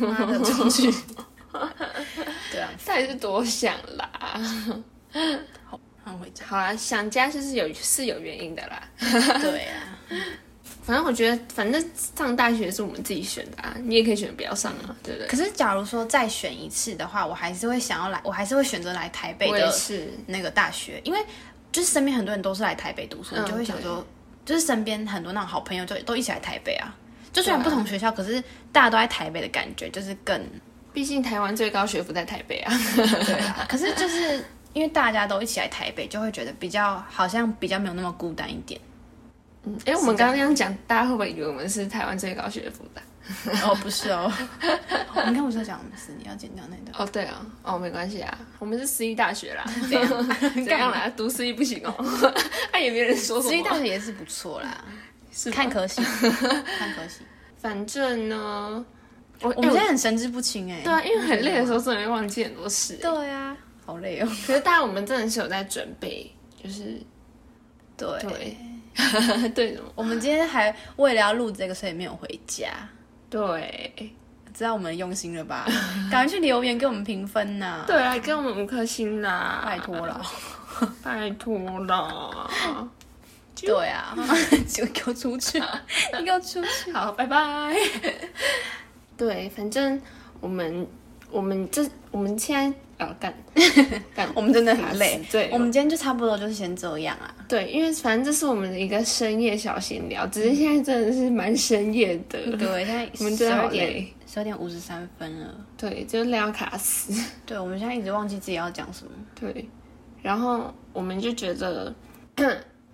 B: 妈的出去，对啊，
A: 到底是多想啦？
B: 很回家，
A: 好啦，想家就是有是有原因的啦。
B: 对啊，
A: 反正我觉得，反正上大学是我们自己选的啊，你也可以选不要上啊，对不对？
B: 可是假如说再选一次的话，我还是会想要来，我还是会选择来台北
A: 我也
B: 的
A: 是，
B: 那个大学，因为就是身边很多人都是来台北读书，
A: 嗯
B: 你就会想说，就是身边很多那种好朋友就都一起来台北啊。就虽然
A: 对啊
B: 不同学校，可是大家都在台北的感觉就是
A: [LAUGHS]
B: 更
A: 毕竟台湾最高学府在台北啊。
B: 对啊。可是就是因为大家都一起来台北，就会觉得比较好像比较没有那么孤单一点。
A: 嗯，哎，我们刚刚那样讲，大家会不会以为我们是台湾最高学府的？ [LAUGHS]
B: 哦，不是哦， [LAUGHS] 你看我在讲我们是你要剪掉那段。
A: 哦，对啊，哦，没关系啊，我们是私立大 [LAUGHS] 学啦， [LAUGHS] 怎
B: [LAUGHS]
A: 样怎样啦？读私立不行哦， [LAUGHS] 那、也没人说什
B: 私
A: 么。
B: 立大学也是不错啦，
A: 是吧
B: 看
A: [LAUGHS]
B: 科系，看科系。
A: 反正呢，我
B: 我们
A: 哎
B: 现在很神志不清哎、
A: 对啊，因为很累的时候真的会忘记很多 [LAUGHS] 事。
B: [LAUGHS] 对啊，好累哦。
A: 可是大家我们真的是有在准备，就是
B: 对。
A: 对 [LAUGHS] 对什么？
B: 我们今天还为了要录这个，所以没有回家，
A: 对
B: 知道我们用心了
A: [LAUGHS]
B: 吧？赶快去留言给我们评分呐、
A: 对啊，给我们五颗星啦，
B: 拜托了，
A: 拜托啦，
B: 对啊， [LAUGHS] 就给我出
A: [LAUGHS]
B: 去，你给我出去。 [LAUGHS]
A: 好，拜 [LAUGHS] 拜。对，反正我们我们这我们现在啊
B: [LAUGHS]
A: 干，
B: 我们真的很
A: 打
B: 累
A: 死，罪了
B: 我们今天就差不多就是先这样啊。
A: 对，因为反正这是我们的一个深夜小闲聊，只是现在真的是蛮深夜的，
B: 对， [LAUGHS] 现在
A: 我们真的好
B: 12点，
A: 累。
B: 十二点五十三分了。
A: 对，就累要卡死。
B: 对，我们现在一直忘记自己要讲什么。
A: [LAUGHS] 对，然后我们就觉
B: [COUGHS]
A: 得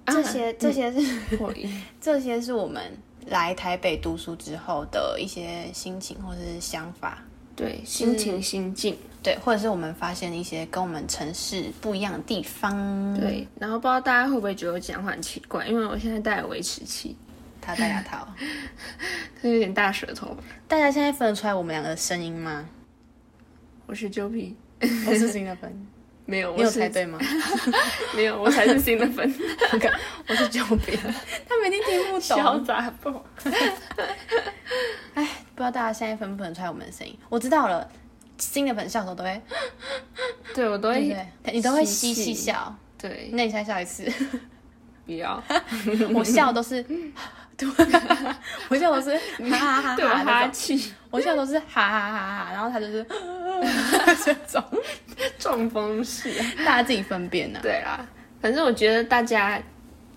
A: 啊
B: 这些这些是
A: 我
B: 这些是我们来台北读书之后的一些心情或是想法，嗯
A: 对心情心境。
B: 对，或者是我们发现一些跟我们城市不一样的地方。 [LAUGHS]
A: 对，然后不知道大家会不会觉得我讲话很奇怪，因为我现在戴了维持器，
B: 他戴牙套，
A: 它有点大舌头吧。
B: 大家现在分得出来我们两个的声音 [LAUGHS] 吗？
A: 我是 j o b y
B: 我是新的分，
A: 没有，
B: 你
A: 我
B: 有
A: 是
B: 猜对吗？
A: [LAUGHS] 没有，我才是新的粉，
B: [LAUGHS] 我是九饼， [LAUGHS] 他每天听不
A: 小
B: 懂。
A: 杂包。
B: 哎，不知道大家现在分不分得出来我们的声音？我知道了，新的粉笑的时候都会，
A: 对我都
B: 对
A: 会
B: 不对？你都会
A: 嘻
B: 哎嘻
A: 嘻
B: 嘻笑。
A: 对，
B: 那你再笑一次， [LAUGHS]
A: 不要，
B: 啊我笑都是， [LAUGHS] 对，我笑都是哈哈哈哈
A: 对啊我
B: 那
A: 哈
B: 种，
A: 气，
B: 我笑都是哈哈哈哈，然后他就是 [LAUGHS] 这种，
A: 中风式。
B: 大家自己分辨啊呐、
A: 对啦，反正我觉得大家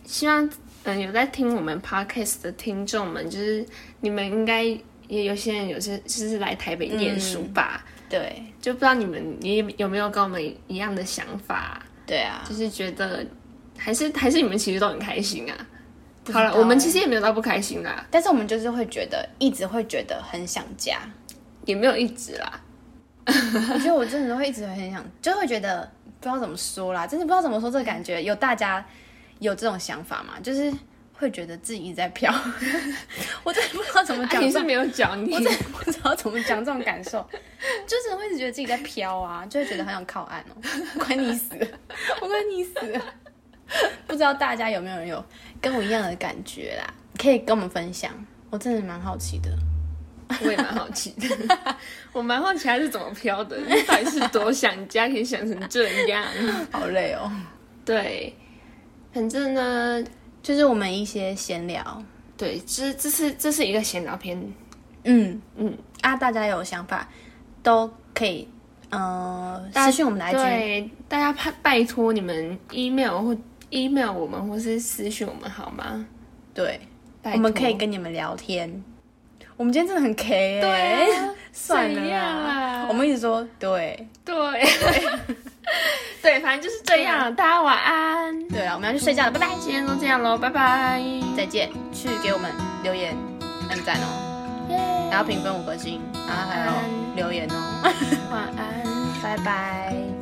A: 希望，嗯，有在听我们 podcast 的听众们，就是你们应该也有些人有些就是来台北念书吧，
B: 嗯对
A: 就不知道你们你有没有跟我们一样的想法，
B: 对啊，
A: 就是觉得还是还是你们其实都很开心啊。
B: 不知
A: 好
B: 道
A: 了，我们
B: 欸
A: 其实也没有到不开心啦，
B: 但是我们就是会觉得，一直会觉得很想家。
A: 也没有一直啦。
B: 我觉得我真的会一直很想，就会觉得不知道怎么说啦，真的不知道怎么说这个感觉。有大家有这种想法吗？就是会觉得自己一直在飘， [LAUGHS] 我真的不知道怎么
A: 啊
B: 讲
A: 你
B: 这
A: 是
B: 种。
A: 没有讲你
B: 我真的 [LAUGHS] 不知道怎么讲这种感受，就是会一直觉得自己在飘啊，就会觉得很想靠岸哦， [LAUGHS] 管你死了，我管你死了。不知道大家有没有人有跟我一样的感觉啦？可以跟我们分享，我真的蛮好奇的。
A: 我也蛮好奇的，
B: [LAUGHS]
A: 我蛮好奇他是怎么飘的，到底是多想家可以想成这
B: [LAUGHS]
A: 样？
B: 好累哦，
A: 对，反正呢，
B: 就是我们一些闲聊，
A: 对，这这是这是一个闲聊篇，
B: 嗯
A: 嗯
B: 嗯啊，大家有想法都可以，呃，
A: 大家
B: 私讯我们的 IG，
A: 对，大家拜拜托你们 email 或 email 我们，或是私讯我们好吗？
B: 对，
A: 拜
B: 我
A: 托
B: 们可以跟你们聊天。我们今天真的很 K 哎、
A: 对 [LAUGHS] 啊
B: 算了
A: 怎样啊啦
B: 啦，我们一直说对，
A: 对对，反正就是这样，大家晚安，
B: 对啊了，我们要去睡觉了，拜拜，
A: 今天都这样喽，拜拜，
B: 再见，去给我们留言、按赞哦，然后评分五颗星，然后还
A: 晚安
B: 有留言哦，
A: 晚安。
B: 拜拜。